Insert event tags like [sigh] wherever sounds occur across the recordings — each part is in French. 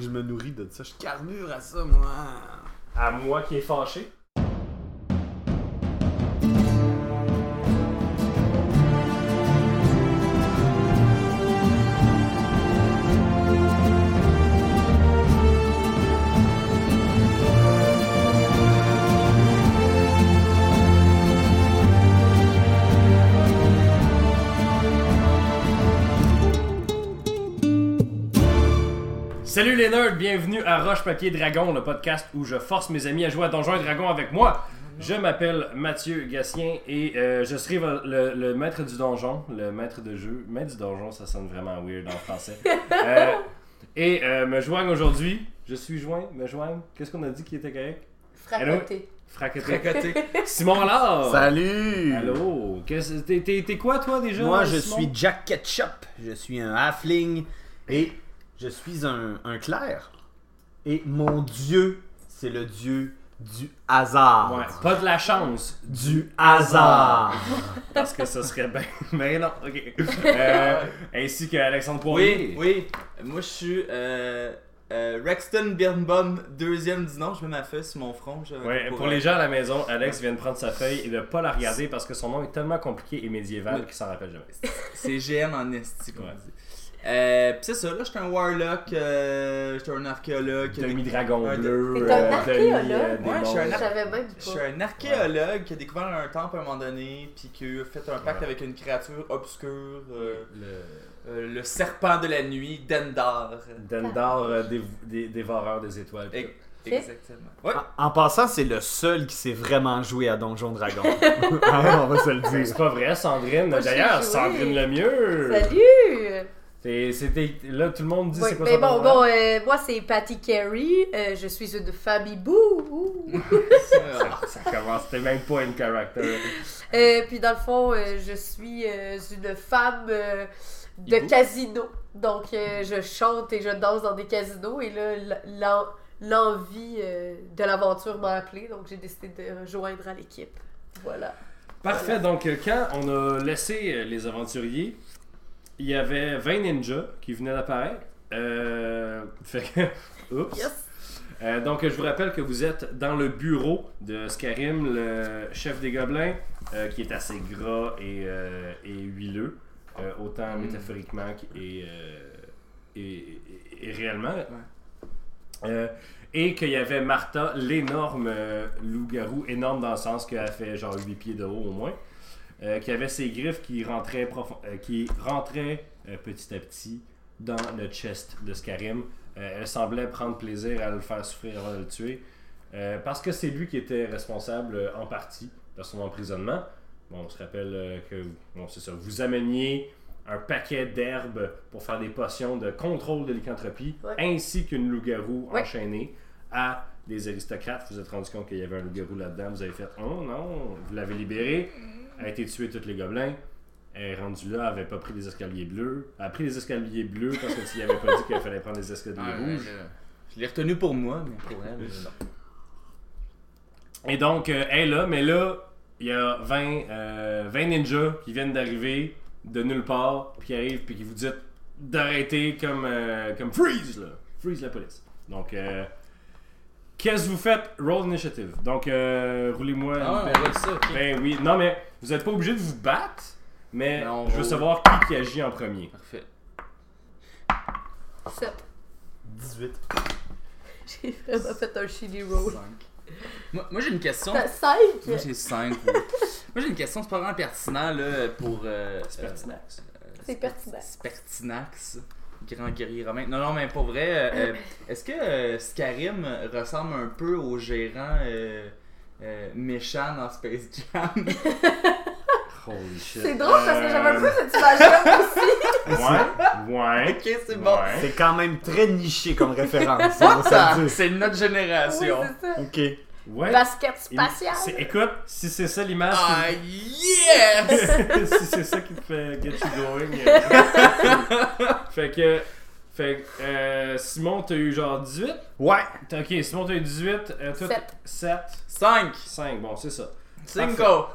Je me nourris de ça. Je carbure à ça, moi. hein. À moi qui est fâché. Salut les nerds, bienvenue à Roche Papier Dragon, le podcast où je force mes amis à jouer à Donjons et Dragons avec moi. Je m'appelle Mathieu Gassien et euh, je serai vo- le, le maître du donjon, le maître de jeu. Maître du donjon, ça sonne vraiment weird en français. Euh, et euh, me joignent aujourd'hui, je suis joint, me joignent. Qu'est-ce qu'on a dit qui était correct Fracoté. Fracoté. Simon Lard! Salut! Allô! Qu'est-ce- T'es t'es- t'es quoi toi déjà? Moi, je Simon? suis Jack Ketchup. Je suis un halfling et je suis un, un clerc. Et mon dieu, c'est le dieu du hasard. Ouais, pas de la chance, Du hasard. parce que ça serait bien. [laughs] Mais non, ok. Euh, ainsi que Alexandre Poirier. Oui, oui. Moi, je suis euh, euh, Rexton Birnbaum, deuxième du nom. Je mets ma feuille sur mon front. je- Ouais, pour les gens à la maison, Alex vient de prendre sa feuille et de pas la regarder parce que son nom est tellement compliqué et médiéval Oui. qu'il s'en rappelle jamais. C'est GM en esti, comme Ouais. on dit. Euh, pis c'est ça, là, j'étais un warlock, euh, j'étais un archéologue. Demi-dragon un- bleu. T'es un euh, demi, euh, archéologue? démon. Ouais, je suis un Je archéologue. savais même Je suis pas. un archéologue qui a découvert un temple à un moment donné, puis qui a fait un pacte Ouais. avec une créature obscure, euh, Le euh, le serpent de la nuit, Dendar. Dendar, euh, dév- dé- dévoreur des étoiles. Et- pis Exactement. Ouais. En, en passant, c'est le seul qui s'est vraiment joué à Donjon Dragon. [laughs] Ah, on va se le tout. dire. C'est pas vrai, Sandrine. Moi, j'ai D'ailleurs, joué. Sandrine Lemieux. Salut! C'est- C'était là, tout le monde dit Oui, c'est quoi mais son bon, nom, hein? bon euh, moi c'est Patty Carey, euh, je suis une famille bouh! Ah, Ça- Ah, Ça commence, c'était même pas une character. Euh, puis dans le fond, euh, je suis euh, une femme euh, de Hibou. casino. Donc euh, je chante et je danse dans des casinos et là, l- l'en- l'envie euh, de l'aventure m'a appelée, donc j'ai décidé de rejoindre à l'équipe. Voilà. Parfait, donc euh, quand on a laissé euh, les aventuriers, il y avait 20 ninjas qui venaient d'apparaître. Euh, [laughs] fait que- Oups. Yes! Euh, donc, je vous rappelle que vous êtes dans le bureau de Scarim, le chef des gobelins, euh, qui est assez gras et, euh, et huileux, euh, autant Mm. métaphoriquement qu- et, euh, et, et- et réellement. Euh, et qu'il y avait Martha, l'énorme euh, loup-garou, énorme dans le sens qu'elle fait genre 8 pieds de haut au moins, euh, qui avait ses griffes qui rentraient, profond- euh, qui rentraient euh, petit à petit dans le chest de Scarim. Euh, elle semblait prendre plaisir à le faire souffrir avant de le tuer. Euh, parce que c'est lui qui était responsable euh, en partie de son emprisonnement. Bon, on se rappelle euh, que bon, c'est ça, vous ameniez un paquet d'herbes pour faire des potions de contrôle de lycanthropie, Ouais. ainsi qu'une loup-garou Ouais. enchaînée à des aristocrates. Vous vous êtes rendu compte qu'il y avait un loup-garou là-dedans. Vous avez fait Oh non, vous l'avez libéré. Elle a été tuée, tous les gobelins. Elle est rendue là, elle avait pas pris les escaliers bleus. Elle a pris les escaliers bleus parce que tu y avais pas dit qu'il fallait prendre les escaliers Ah, ouais, rouges. là. Je l'ai retenu pour moi, mais pour elle. non. Et donc, euh, elle est là, mais là, il y a 20, euh, 20 ninjas qui viennent d'arriver de nulle part, puis qui arrivent, puis qui vous disent d'arrêter comme, euh, comme freeze, là. Freeze la police. Donc, euh, qu'est-ce que vous faites? Roll initiative. Donc, euh, roulez-moi. une Ah, belle- on va ça, ok. Ben oui, non, mais vous n'êtes pas obligé de vous battre, mais Non, je veux roule. savoir qui, qui agit en premier. Parfait. Ça, 18. j'ai vraiment fait un shitty roll. Cinq. Moi, moi, j'ai une question. T'as Moi, 5! j'ai 5. Moi, j'ai une question. C'est pas vraiment pertinent, là, pour. euh, C'est pertinent. euh, C'est pertinent. C'est pertinax. Grand guerrier romain. Non, non, mais pour vrai, [clears throat] euh, euh, est-ce que euh, Skyrim ressemble un peu au gérant euh, euh, méchant dans Space Jam? [laughs] Holy shit. C'est drôle parce que j'avais un peu cette image-là aussi. Euh, Ouais, ouais. [laughs] ok, c'est bon. Ah! ouais. C'est quand même très niché comme référence. on va se le dire. C'est notre Oui, génération. c'est ça. Ok. Ouais. Basket Il- spatial. c'est- Écoute, si c'est ça l'image qui- ah, yes! si c'est ça qui te fait get you going. euh, [laughs] fait que. Fait que. euh, Simon, t'as eu genre 18. Ouais. T'as- Ok, Simon, t'as eu 18. euh, toi, Sept. 7. 5! 5. Bon, c'est ça. Cinco!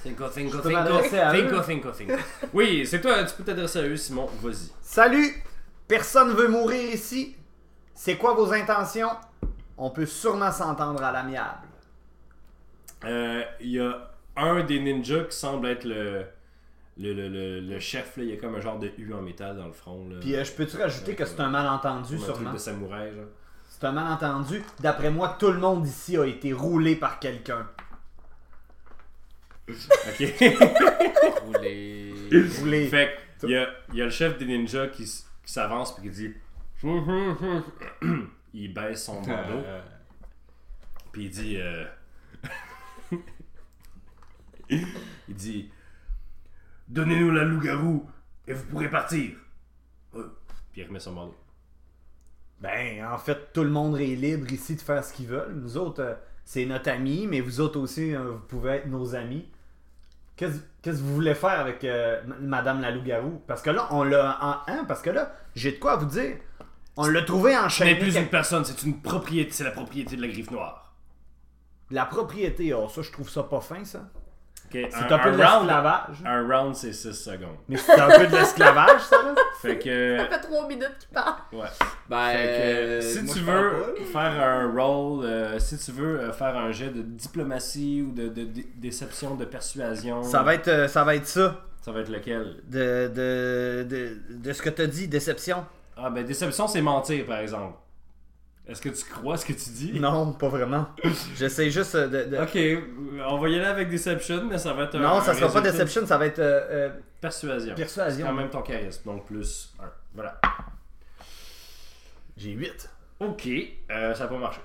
Cinco, cinco, peux cinco, m'adresser à cinco, eux? Oui, c'est toi, tu peux t'adresser à eux, Simon. Vas-y. Salut! Personne veut mourir ici. C'est quoi vos intentions? On peut sûrement s'entendre à l'amiable. Euh, Il y a un des ninjas qui semble être le, le, le, le- le chef. Là. Il y a comme un genre de U en métal dans le front. Là. Puis euh, je peux-tu rajouter que c'est un malentendu, Comme un truc sûrement? de samouraï. Genre. C'est un malentendu. D'après moi, tout le monde ici a été roulé par quelqu'un. Ok. Roulé. [laughs] Roulé. fait que, il y a, il y a le chef des ninjas qui, s- qui s'avance puis qui dit. [clears throat] Hum, hum, hum. il baisse son Ah. bandeau. Euh, Puis il dit. euh, [laughs] il dit Donnez-nous la loup-garou et vous pourrez partir. Ouais. Puis il remet son bandeau. Ben, en fait, tout le monde est libre ici de faire ce qu'ils veulent. Nous autres, euh, c'est notre ami, mais vous autres aussi, euh, vous pouvez être nos amis. Qu'est-ce qu'est-ce que vous voulez faire avec euh, m- Madame la Loup-Garou? Parce que là, on l'a en hein, parce que là, j'ai de quoi vous dire. On l'a trouvé Ce n'est enchaîné. plus une quelque- personne, c'est une propriété, c'est la propriété de la griffe noire. La propriété, oh, ça, je trouve ça pas fin, ça. C'est C'est un peu de l'esclavage. Un round, c'est 6 secondes. Mais c'est un peu de l'esclavage, ça, là. Fait que. [laughs] Ça fait trois minutes qu'il parle. Ouais. Ben, Fait que, euh, si moi, tu je parle veux pas, là. faire un roll, euh, si tu veux euh, faire un jet de diplomatie ou de, de- de- déception, de [laughs] persuasion, Ça va être, euh, ça, va être ça ça va être lequel de, de, de, de ce que t'as dit, déception. Ah ben déception, c'est mentir par exemple. Est-ce que tu crois ce que tu dis Non, pas vraiment. J'essaie juste euh, de. de- Ok, euh, on va y aller avec deception, mais ça va être un. Non, un ça sera pas résultat de Deception, ça va être euh, euh, Persuasion. C'est quand Persuasion. même ton charisme, donc plus 1. Voilà. J'ai 8. Ok, euh, ça n'a pas marché.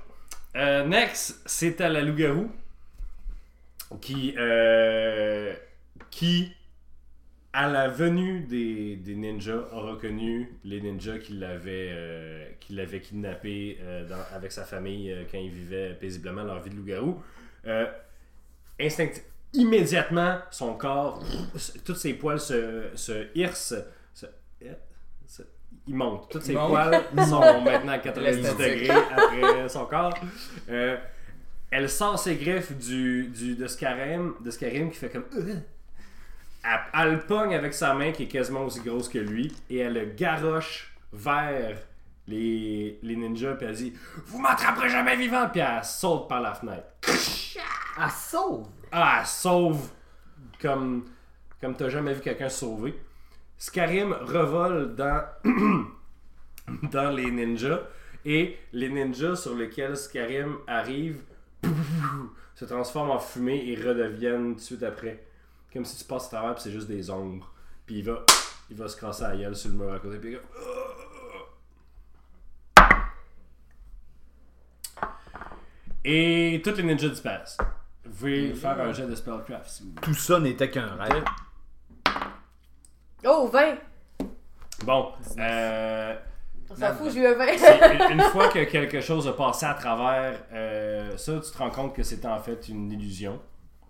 Euh, next, c'est à la loup-garou qui, euh, qui, à la venue des, des ninjas, a reconnu les ninjas qui l'avaient euh, qui l'avaient kidnappé euh, dans- avec sa famille euh, quand ils vivaient paisiblement leur vie de loup-garou. Euh, instinct- immédiatement, son corps, pff, tous ses poils se, se hirsent. se- se- il monte. Tous ses Il monte. poils sont maintenant à 90 L'esthétique. degrés après son corps. Euh, elle sort ses griffes du, du, de Scarim, de Scarim qui fait comme. Euh. Elle, elle le pogne avec sa main qui est quasiment aussi grosse que lui et elle le garoche vers les, les ninjas puis elle dit Vous m'attraperez jamais vivant Puis elle saute par la fenêtre. Ah, sauve! Ah, elle sauve comme, comme t'as jamais vu quelqu'un se sauver. Scarim revole dans, dans les ninjas et les ninjas sur lesquels Scarim arrive se transforment en fumée et redeviennent tout de suite après. Comme si tu passes à travers puis c'est juste des ombres. Puis il va, il va se crasser la gueule sur le mur à côté. Puis il est comme- Et toutes les ninjas disparaissent. Vous pouvez faire un jet de spellcraft si vous voulez. Tout ça n'était qu'un rêve. Oh, 20! Bon, euh, On s'en fout, j'ai eu un 20. c'est une- une fois que quelque chose a passé à travers euh, ça, tu te rends compte que c'était en fait une illusion.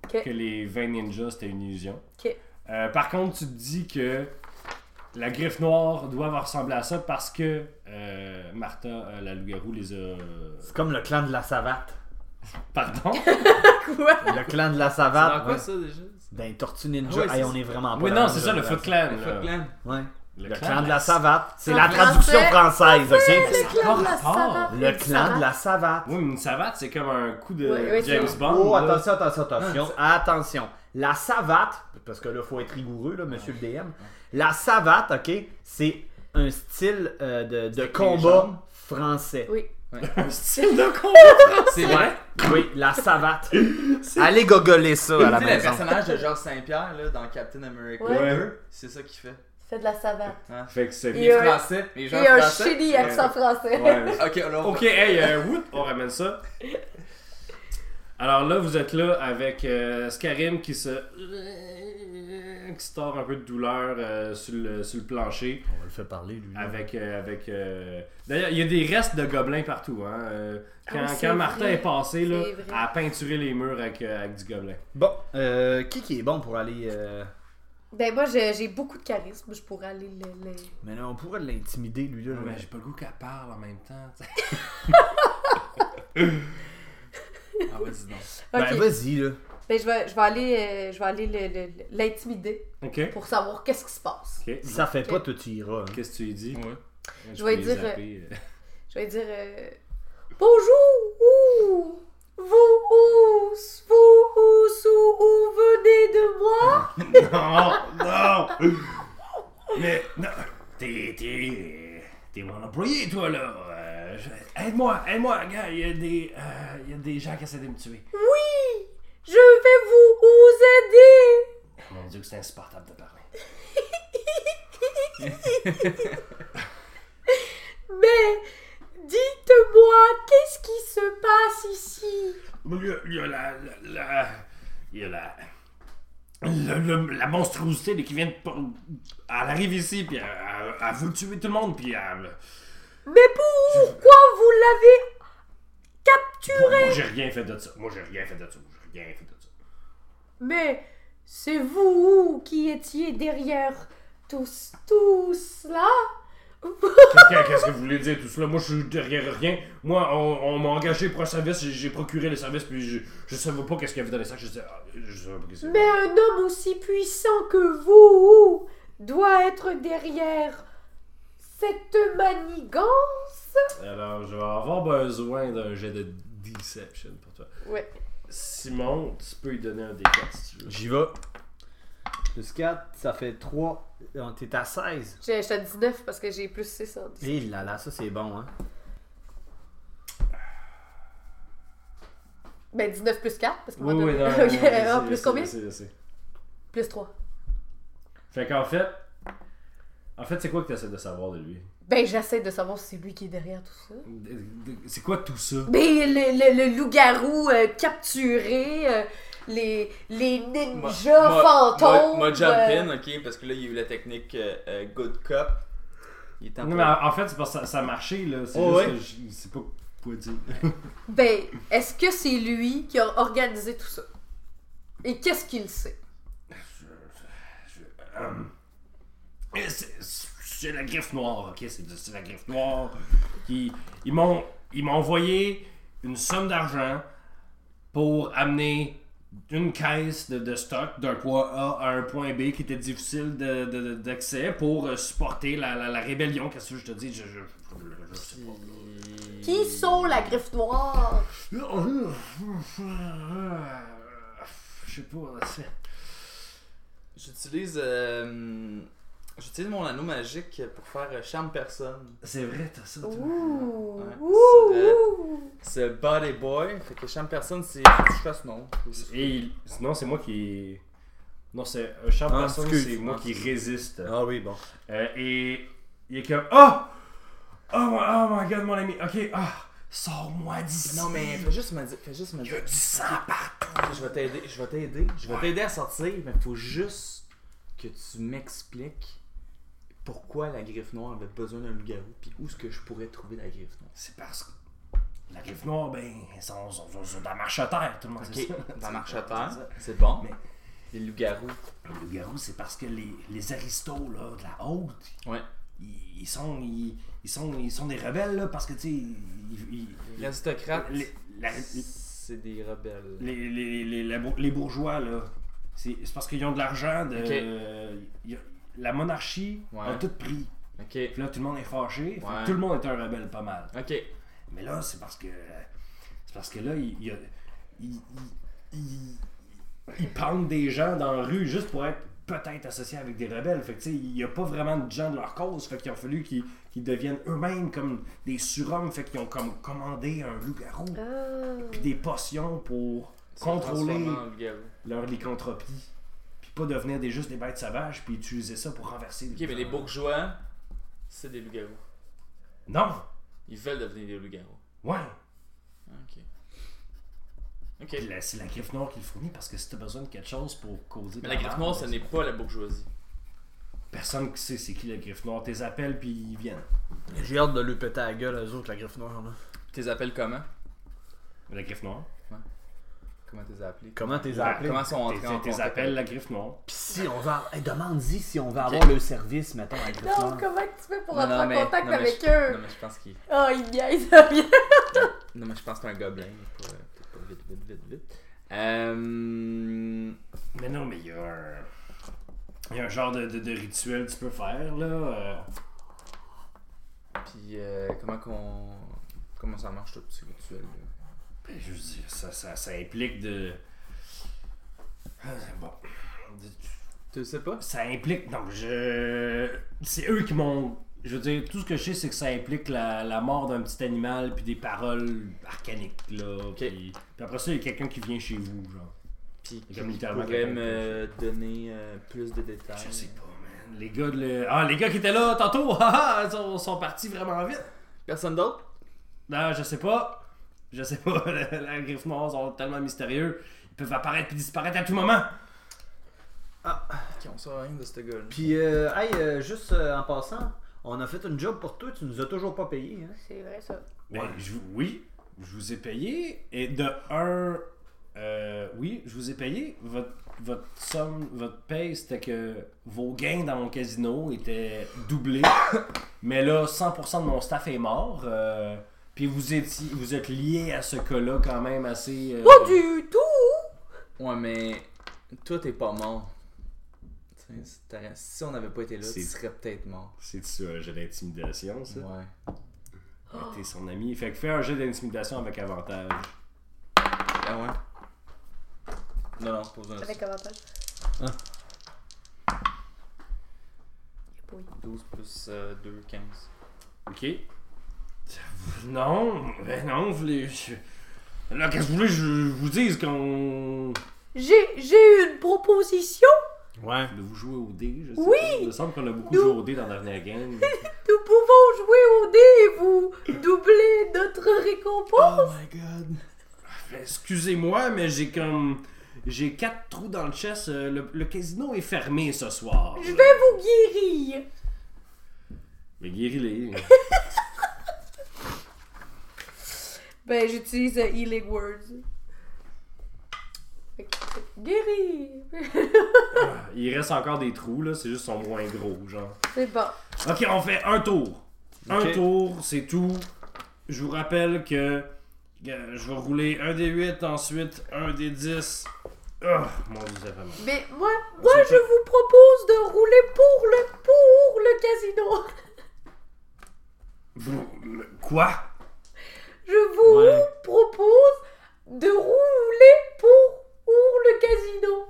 Ok. Que les 20 ninjas, c'était une illusion. Ok. Euh, par contre, tu te dis que la griffe noire doit avoir ressemblé à ça parce que euh, Martha, euh, la loup-garou, les a. C'est comme le clan de la savate. Pardon? Le clan de la C'est dans Ah, savate. quoi ouais. ça déjà D'un tortue ninja. Ah ouais, c'est Hey, on ça. est vraiment pas [laughs] oui, dans non, c'est ça, le jeu, là. Foot Clan. Le Ah, là. Foot Clan. Ouais. Le Le clan clan de la savate. savate. C'est En la traduction français. française, ok? [laughs] Le clan de la Encore? savate. Le clan de la savate. Oui, mais une savate, c'est comme un coup de Ouais, ouais, c'est- James Bond. Oh, là. attention, attention, attention. Attention. La savate, parce que là, faut être rigoureux, là, monsieur le DM. La savate, OK, c'est un style euh, de- de, avec les jambes. combat français. Oui. [laughs] Un style [laughs] de combat! C'est vrai. Oui, la savate. Allez gogoler ça à la Tu sais, le maison. personnage de Georges Saint-Pierre là, dans Captain America Ouais. 2, c'est ça qu'il fait. Il fait de la savate. Hein? fait que c'est Il est un- français. Les Il gens a un français. Euh, shitty accent français. Ouais, Ok, alors. Ok, hey, euh, whoop, on ramène ça. Alors là, vous êtes là avec euh, Scarim qui se. qui sort un peu de douleur euh, sur, le, sur le plancher. On va le faire parler, lui. Avec. euh, avec euh, D'ailleurs, il y a des restes de gobelins partout. Hein. euh, Quand, Ah, c'est quand Martin vrai. est passé, là, C'est vrai. elle a peinturé les murs avec, euh, avec du gobelin. Bon, euh, qui qui est bon pour aller... euh, Ben moi, j'ai j'ai beaucoup de charisme. Je pourrais aller le... le- Mais là, on pourrait l'intimider, lui, là. là. j'ai pas le goût qu'elle parle en même temps. [laughs] Ah ouais, dis donc. Ben, Ok. Ben, vas-y, là. je, vais, je vais aller, euh, je vais aller le- le- le- l'intimider Ok. pour savoir qu'est-ce qui se passe. Ok. Si ça fait pas, tout ira. hein. Qu'est-ce que tu lui dis Ouais. Je vais peux dire, les zapper, euh. Je vais dire euh, Bonjour, ouh, vous, où, vous, où, sous, où venez de moi? Non, non. Mais non, t'es t'es t'es mon employé toi là. Euh, je- aide-moi, aide-moi, gars. Il y a des euh, il y a des gens qui essaient de me tuer. Oui, je vais vous, vous aider! Mon dieu, que c'est insupportable de parler. Mais dites-moi, qu'est-ce qui se passe ici Il y a, il y a la, la, la- il y a la le- le- la monstruosité là, qui vient de par- elle arrive ici puis elle, elle- elle veut tuer tout le monde puis elle, Mais pourquoi vous l'avez capturé moi j'ai rien fait de ça. Moi j'ai rien fait de ça. Moi, J'ai rien fait de ça. Mais c'est vous qui étiez derrière tout, c- tout cela Quelqu'un, Qu'est-ce que vous voulez dire tout cela? Moi, je suis derrière rien. Moi, on, on m'a engagé pour un service, j'ai- j'ai procuré le service, puis je, je savais pas qu'est-ce qu'il y avait dans les sacs. Je sais, ah, je savais pas qu'est-ce qu'il y Mais un homme aussi puissant que vous doit être derrière cette manigance avait. Alors, je vais avoir besoin d'un jet de deception pour toi. Ouais. Simon, tu peux lui donner un D4 si tu veux. J'y vais. Plus 4, ça fait 3. T'es à 16. J'ai acheté 19 parce que j'ai plus 6 en Hé là là, ça c'est bon, hein. Ben 19 plus 4 parce que Oui, moi, [laughs] oui, deux- non. non, Ok, non, c'est- ah, plus c'est- combien c'est- c'est- Plus 3. Fait qu'en fait, en fait, c'est quoi que tu essaies de savoir de lui? Ben, j'essaie de savoir si c'est lui qui est derrière tout ça. C'est quoi tout ça? Mais le, le- le loup-garou euh, capturé, euh, les, les Moi- ninjas moi- fantômes. Moi, moi jump euh, in, ok, parce que là, il y a eu la technique euh, euh, good cop. Il est temps Non, pour- mais en en fait, c'est parce que ça, ça a marché, là. C'est Oh, juste ouais. que je sais pas quoi dire. Ben, est-ce que c'est lui qui a organisé tout ça? Et qu'est-ce qu'il sait? Euh, Je- je- hum. Et c'est- C'est la griffe noire, ok? C'est c'est la griffe noire. Qui, ils m'ont ils m'ont envoyé une somme d'argent pour amener une caisse de, de stock d'un point A à un point B qui était difficile de- de- de- d'accès pour euh, supporter la, la- la rébellion. Qu'est-ce que je te dis? Je, je, je sais pas. Qui sont la griffe noire? Je sais pas. c'est- J'utilise. euh, J'utilise mon anneau magique pour faire euh, charme personne. C'est vrai, t'as ça. toi. Ouh! Ouais, ouh! c'est vrai. ouh. C'est body boy. Fait que charme personne, c'est. Faut que je fasse non. Et il- sinon, c'est moi qui. Non, c'est un charme Ah, personne, excuse. c'est moi qui résiste. Ah oui, bon. Euh, et il est comme. Oh! Oh my, oh my god, mon ami! Ok, ah! Sors-moi d'ici! Non, mais fais juste me dire. Fais juste me Il y a dire. du sang partout! Je vais t'aider. Je vais t'aider. Je vais t'aider à sortir, mais faut juste que tu m'expliques pourquoi la griffe noire avait besoin d'un loup-garou. Puis où est-ce que je pourrais trouver la griffe noire. C'est parce que. La griffe noire, ben, ils sont, sont- sont- sont dans la marche à terre, tout le monde sait ça. [laughs] Ok, ça marche à terre. C'est bon. Mais- Les loups-garous. Le garou, c'est parce que les, les aristos, là, de la haute, Ouais. ils, ils sont, ils, ils sont, ils sont des rebelles, là, parce que, tu sais, ils- ils- Les aristocrates. les- la- C'est des rebelles. les, les, les, la bour- les bourgeois, là, c'est c'est parce qu'ils ont de l'argent. de- Ok. euh, y a- la monarchie Ouais. a tout pris. Ok. Puis là, tout le monde est fâché. Fait que Ouais. Tout le monde est un rebelle, pas mal. Ok. Mais là, c'est parce que. C'est parce que là, il il y a- il- il- il- il pendent des gens dans la rue juste pour être peut-être associés avec des rebelles. Fait que, tu sais, il n'y a pas vraiment de gens de leur cause. Fait qu'il a fallu qu'ils qu'ils deviennent eux-mêmes comme des surhommes. Fait qu'ils ont comme commandé un loup-garou. Euh. Puis des potions pour Se contrôler transformer en loup-garou. leur lycanthropie. Puis pas devenir des, juste des bêtes sauvages, puis utiliser ça pour renverser Ok, mais les bourgeois, c'est des loups-garous. Non! Ils veulent devenir des loups-garous. Ouais! Ok. Ok. Puis la- c'est la griffe noire qui le fournit parce que si t'as besoin de quelque chose pour causer. de Mais la griffe merde, noire, ce n'est pas la bourgeoisie. Personne qui sait c'est qui la griffe noire. T'es appels, puis ils viennent. J'ai hâte de lui péter à la gueule eux autres, la griffe noire, là. Tu les appelles comment La griffe noire. Comment tu les as appelés Comment t'es Ouais, appelé? Comment sont T'es- entrés en t'es- T'es contact appels la griffe noire. Pis si on va. Hey, Demande-y si on veut avoir Ok. le service, mettons, la griffe Non, noire. comment tu fais pour Non, entrer non, mais- en contact non, mais avec je- eux? Non, mais je pense qu'il. Oh, il niaise [laughs] rien. Non, mais je pense que c'est un gobelin. il est pas- Peut-être pas vite, vite, vite, vite. Euh. Mais non, mais il y a un. Il y a un genre de, de- de rituel que tu peux faire, là. euh, Puis euh, comment qu'on. Comment ça marche tout ce rituel là? Ben, je veux dire, ça, ça, ça implique de. Ah, Bon. Tu sais pas? Ça implique. Non, je. C'est eux qui m'ont. Je veux dire, tout ce que je sais, c'est que ça implique la, la mort d'un petit animal, puis des paroles arcaniques, là. Puis, puis après ça, il y a quelqu'un qui vient chez vous, genre. Puis Comme qui littéralement pourrait quelqu'un me donner euh, plus de détails. Je sais pas, man. Ben, Les gars, de le- ah, les gars qui étaient là tantôt, [laughs] haha, ils sont, sont partis vraiment vite. Personne d'autre? Non, je sais pas. Je sais pas. [laughs] Les griffes noires sont tellement mystérieux. Ils peuvent apparaître puis disparaître à tout moment. Qui on sort rien de ce gars-là. Puis, euh, hey, euh, juste euh, en passant, on a fait une job pour toi, tu nous as toujours pas payé. Hein? C'est vrai, ça. Ben, je vous- oui, je vous ai payé. Et de un, euh, oui, je vous ai payé. Votre, votre somme, votre paye, c'était que vos gains dans mon casino étaient doublés. [coughs] Mais là, 100% de mon staff est mort. euh, puis vous, étiez, vous êtes lié à ce cas-là quand même assez... euh, Pas du tout! Ouais, mais toi, t'es pas mort. Tu sais, si t'aurais- Si on n'avait pas été là, C'est- tu serais peut-être mort. C'est ça, un jeu d'intimidation, ça. Ouais. Ouais, T'es son ami. Fait que fais un jeu d'intimidation avec avantage. Ah ouais? Non, non, c'est pas besoin de ça. Avec avantage. Ah. Oui. 12 plus 2, 15. Ok. Non, ben non, vous voulez. je- Là, qu'est-ce que vous voulez que je vous dise qu'on. J'ai j'ai une proposition. Ouais. De vous jouer au dé, je sais Oui! pas. Il me semble qu'on a beaucoup Nous- joué au dé dans la dernière game. Nous pouvons jouer au dé et vous doubler notre récompense. my god! [laughs] Excusez-moi, mais j'ai comme. J'ai quatre trous dans le chest. euh, Le, le casino est fermé ce soir. Je vais vous guérir. Mais guéris-les. Ben, j'utilise euh, Healing Words. Fait que- fait que Guérir. Ah, Il reste encore des trous, là. C'est juste qu'ils sont moins gros, genre. C'est bon. Ok, on fait un tour. Un Ok. tour, c'est tout. Je vous rappelle que euh, je vais rouler un des 8, ensuite un des 10. Oh, mon dieu, c'est vraiment. Mais moi, moi C'est je pas- vous propose de rouler pour le, pour le casino. Vous- le- Quoi Je vous Ouais. propose de rouler pour, pour le casino.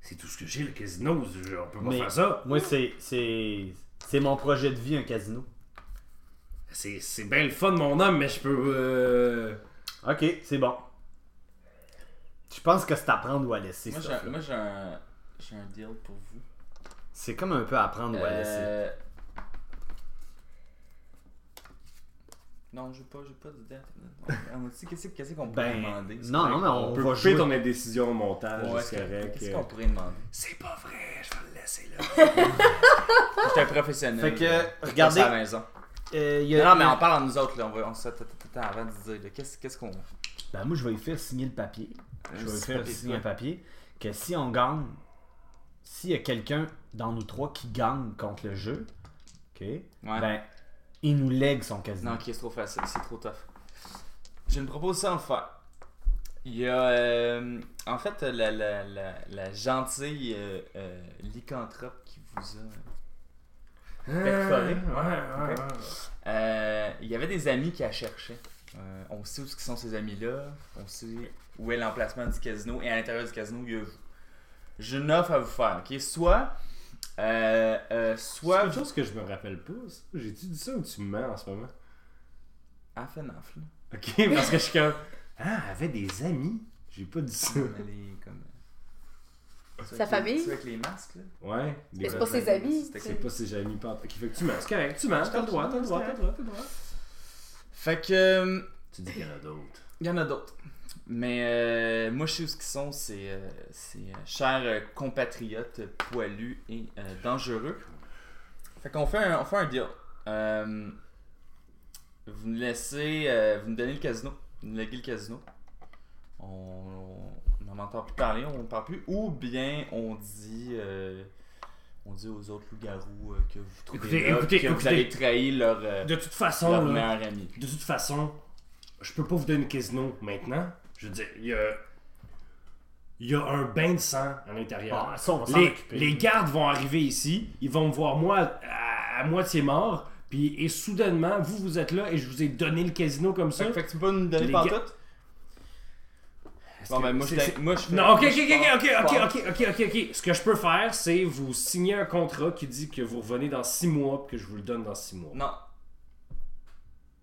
C'est tout ce que j'ai, le casino. je- On peut pas Mais- faire ça. Moi, c'est, c'est, c'est mon projet de vie, un casino. C'est, c'est bien le fun, mon homme, mais je peux. euh, Ok, c'est bon. Je pense que c'est apprendre ou à laisser. Moi, ça. j'ai un- moi, j'ai un, j'ai un deal pour vous. C'est comme un peu apprendre ou à laisser. Euh... Non, j'ai pas, j'ai pas de date. [laughs] On m'a dit qu'est-ce qu'est-ce qu'on pourrait Ben, demander. c'est non, correct. non, mais on, On peut va couper jouer. ton indécision au montage, Ouais, c'est c'est- correct. euh. euh. Qu'est-ce qu'on pourrait demander C'est pas vrai, je vais le laisser [laughs] là. J'étais un professionnel. Ah! Fait que, là. regardez- Je pense à la maison. Euh, il y a- Non, non, mais on parle à nous autres, là. On, va, on s'attend avant de se dire, là, qu'est-ce qu'est-ce qu'on. euh, Ben, moi, je vais lui faire signer le papier. Je vais lui faire signer un papier que si on gagne, s'il y a quelqu'un dans nous trois qui gagne contre le jeu, ok, Ouais. ben, il nous lègue son casino. Non, ok, c'est trop facile, c'est trop tough. J'ai une proposition à vous faire. Il y a. euh, en fait, la, la, la, la gentille euh, euh, lycanthrope qui vous a. Ouais, forêt. Ah, ouais, ouais. Euh, il y avait des amis qui la cherchaient. Euh, on sait où ce qui sont ces amis-là. On sait où est l'emplacement du casino. Et à l'intérieur du casino, il y a vous. J'ai une offre à vous faire, ok? Soit. euh, euh, C'est soit. quelque chose que je me rappelle pas. ça. J'ai-tu dit ça ou tu me mens en ce moment Ah, fait naf, là. [laughs] Ok, parce que je suis comme. Ah, elle avait des amis. J'ai pas dit ça. Elle est comme. Sa famille? C'est avec les masques, là. Euh, Ouais. Mais des c'est pas amis. ses amis. C'était tu C'est sais. pas ses amis, pas. Qui fait que tu mens. C'est correct, tu mens. T'as le droit, t'as le droit, t'as le droit, t'as le droit. Fait que. euh, Tu dis qu'il y en a d'autres. Il y en a d'autres. Mais euh, moi, je sais où ce qu'ils sont, c'est euh, c'est, euh, chers euh, compatriotes poilus et euh, dangereux. Fait qu'on fait un, on fait un deal. Euh, vous nous laissez, euh, vous nous donnez le casino, vous nous léguez le casino. On on n'en entend plus parler, on ne parle plus. Ou bien on dit, euh, on dit aux autres loups-garous euh, que vous trouvez Écoutez, là, écoutez, que vous écoutez. avez trahi leur, euh, De toute façon, leur là, meilleur ami. De toute façon, je peux pas vous donner le casino maintenant. Je veux dire, il y a. Il y a un bain de sang à l'intérieur. Ah, ça, on va s'en les, occuper. les gardes vont arriver ici, ils vont me voir moi à, à moitié mort, puis Puis, et soudainement, vous, vous êtes là et je vous ai donné le casino comme ça. Fait, fait que tu peux nous donner Les par gars- tout? Est-ce Bon, que- ben moi, je c'est- t'ai- moi, je fais- Non, ok, moi, ok, je ok, pars- ok, je ok, pars. ok, ok, ok, ok. Ce que je peux faire, c'est vous signer un contrat qui dit que vous revenez dans 6 mois puis que je vous le donne dans 6 mois. Non,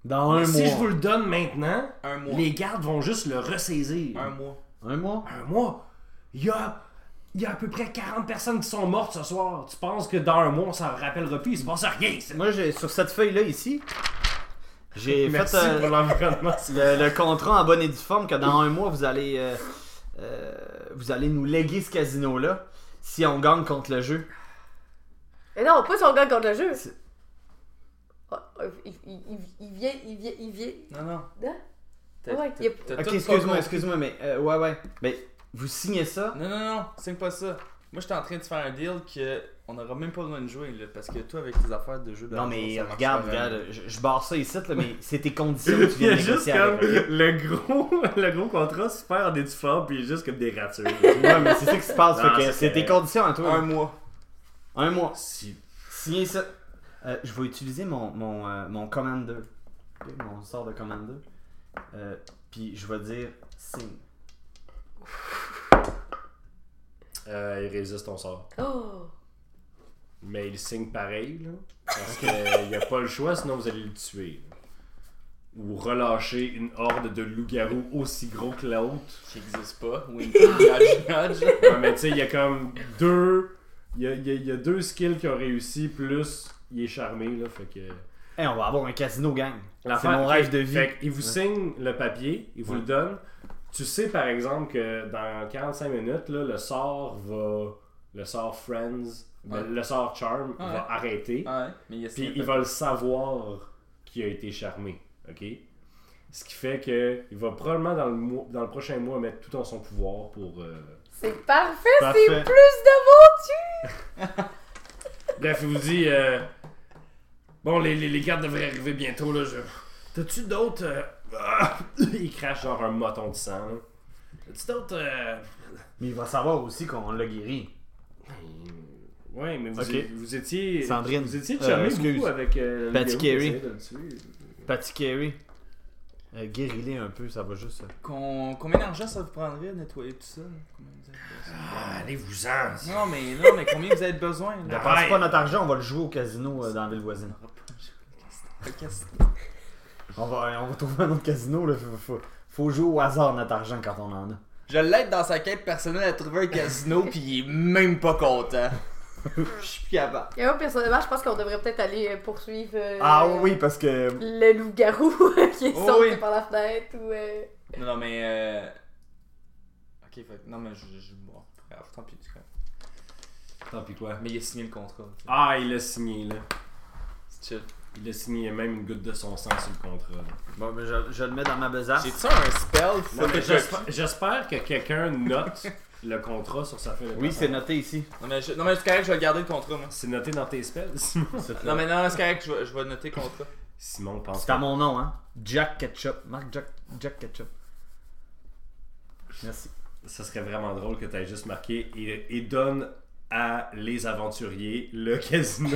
Dans un si mois. je vous le donne maintenant, un mois. les gardes vont juste le ressaisir. Un mois. Un mois? Un mois? Il y a, il y a à peu près 40 personnes qui sont mortes ce soir. Tu penses que dans un mois, on s'en rappellera plus? Il se passe rien. c'est- Moi, j'ai- sur cette feuille-là, ici, [laughs] j'ai fait Merci euh, pour l'environnement. le, le contrat en bonne et due forme que dans un mois, vous allez, euh, euh, vous allez nous léguer ce casino-là si on gagne contre le jeu. Mais non, pas si on gagne contre le jeu. C'est- Oh, oh, Il, il- il- il vient, il vient, il vient. Non, non. Hein? T'as- Ouais, t'as- y a- t'as tout Ok, pas excuse-moi, compris. excuse-moi, mais euh, ouais, ouais. Ben, vous signez ça. Non, non, non, c'est pas ça. Moi, j'étais en train de faire un deal que on n'aura même pas besoin de jouer, là, parce que toi, avec tes affaires de jeu de Non, l'argent, mais ça marche regarde, pas regarde, vraiment. je, je barre ça ici, là, mais [laughs] c'est [laughs] tes conditions que tu viens de négocier avec. le gros, [laughs] le gros contrat super dédiforme puis juste comme des ratures. Ouais, mais c'est ça qui se passe, Non, fait que c'est c'est tes correct. conditions à toi. Un mois. Un mois. si. Signez ça. Euh, je vais utiliser mon, mon, euh, mon commander. Ok, Mon sort de commander. Euh, Puis je vais dire signe. Euh, il résiste, on sort. Oh. Mais il signe pareil, là. Parce qu'il n'y a pas le choix, sinon vous allez le tuer. là. Ou relâcher une horde de loups-garous aussi gros que la haute. Qui existe pas. Oui, [laughs] nudge, nudge. Ouais, mais tu sais, il y a comme deux. Il y a, il y a- il y a deux skills qui ont réussi, plus il est charmé, là. Fait que. Hey, Eh, on va avoir un casino gang. C'est L'affaire- mon ok, rêve de vie. Fait qu'il vous signe le papier, il vous le donne. Tu sais, par exemple, que dans 45 minutes, là, le sort va. Le sort Friends, ben, Ouais. le sort Charm Ah va arrêter. Ah ouais, mais il y a Puis signé il pas. va le savoir qu'il a été charmé. OK? Ce qui fait que il va probablement dans le, mois- dans le prochain mois mettre tout en son pouvoir pour. euh, C'est parfait, Parfait. c'est plus de Bref, il vous dit. euh, Bon, les, les, les gardes devraient arriver bientôt, là. Je... T'as-tu d'autres. euh, [coughs] il crache genre un moton de sang, là. T'as-tu d'autres. euh, Mais il va savoir aussi qu'on l'a guéri. Ouais, mais vous, Ok. é- vous étiez. Sandrine. Vous étiez Euh, charmé excuse. beaucoup avec. euh, le Patty loup-garou qui Carey. essayait de le tuer. Patty Carey. Euh, guéris-les un peu, ça va juste. euh. Con- Combien d'argent ça vous prendrait à nettoyer tout ça là? Combien vous avez Ah, allez-vous-en. besoin? Non, mais non, mais combien vous avez besoin là? Dépense ouais. pas notre argent, on va le jouer au casino euh, dans la ville voisine. Qu'est-ce- On va, euh, on va trouver un autre casino, là. Faut, faut- faut jouer au hasard notre argent quand on en a. Je l'aide dans sa quête personnelle à trouver un casino, puis il est même pas content. Je suis plus capable. Et moi, personnellement, je pense qu'on devrait peut-être aller euh, poursuivre euh, Ah oui, parce que. le loup-garou [laughs] euh, qui est Oh sauté oui. par la fenêtre ou. euh, Non, non, mais. Euh... Ok, fait que- Non, mais je. je... Bon, bref, tant pis, du coup. Tant pis quoi. Mais il a signé le contrat. ok. Ah, il l'a signé, là. C'est chill. Il a signé même une goutte de son sang sur le contrat. là. Bon, mais je, je le mets dans ma besace. J'ai-tu un spell Non, full mais effect? j'espère- J'espère que quelqu'un note le contrat sur sa feuille de Oui, papier. c'est noté ici. Non, mais, je... non, mais c'est correct, je vais garder le contrat, moi. C'est noté dans tes spells, Simon. Non, mais non, non, c'est correct, je vais, je vais noter le contrat. Simon pense C'est à mon nom, hein. Jack Ketchup. Marc Jack, Jack Ketchup. Merci. que ça serait vraiment drôle que tu aies juste marqué et, et donne à les aventuriers le [laughs] casino,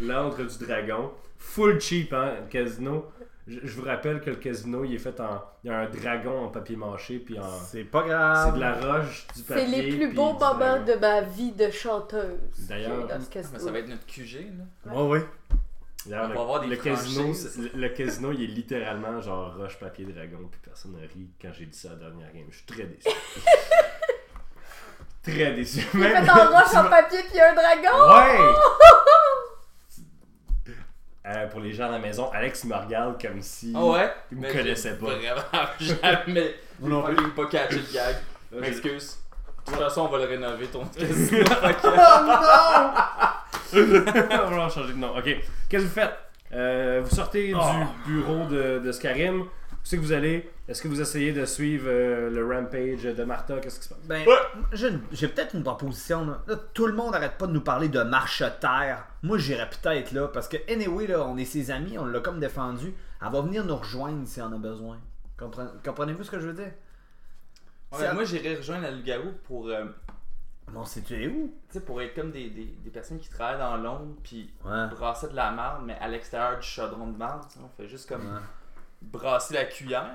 l'antre du dragon. Full cheap, hein, le casino. Je, je vous rappelle que le casino, il est fait en. Il y a un dragon en papier mâché, puis en. C'est pas Ah. grave. C'est de la roche, du papier. Ah, C'est les plus puis beaux du moments dragon. de ma vie de chanteuse. D'ailleurs, dans ce casino. Ah, Mais ça va être notre QG, là. Ouais, ouais. D'ailleurs, On le, va avoir des le casino, franchises. c'est- le, le casino, il est littéralement genre roche, papier, dragon, puis personne ne rit quand j'ai dit ça à la dernière game. Je suis très [laughs] déçu. très déçu. Il est Même- fait en roche, tu en m'as- papier, puis un dragon! [laughs] Ouais! Euh, pour les gens à la maison, Alex il me regarde comme si. Ah ouais? Il me Mais connaissait j'ai pas. Vraiment, [laughs] jamais. Moi non J'ai pas catché le gag. Là, j'ai- M'excuse. De toute façon, on va le rénover, ton [laughs] casino. On va leur changer de nom. Ok. Qu'est-ce que vous faites Euh, Vous sortez Oh. du bureau de, de Scarim. Où c'est que vous allez Est-ce que vous essayez de suivre euh, le rampage de Martha Qu'est-ce qui se passe Ben, j'ai une- j'ai peut-être une proposition. Là. Là, tout le monde arrête pas de nous parler de marche-terre. Moi, j'irais peut-être là, parce que, anyway, là, on est ses amis, on l'a comme défendu. Elle va venir nous rejoindre si on a besoin. Compren- Comprenez-vous ce que je veux dire? Ouais, moi, j'irai rejoindre la Lugaro pour euh, Bon, c'est tu es où? Tu sais, pour être comme des, des, des personnes qui travaillent dans l'ombre, puis Ouais. brasser de la marde, mais à l'extérieur du chaudron de marde, tu sais, on fait juste comme Ouais. brasser la cuillère.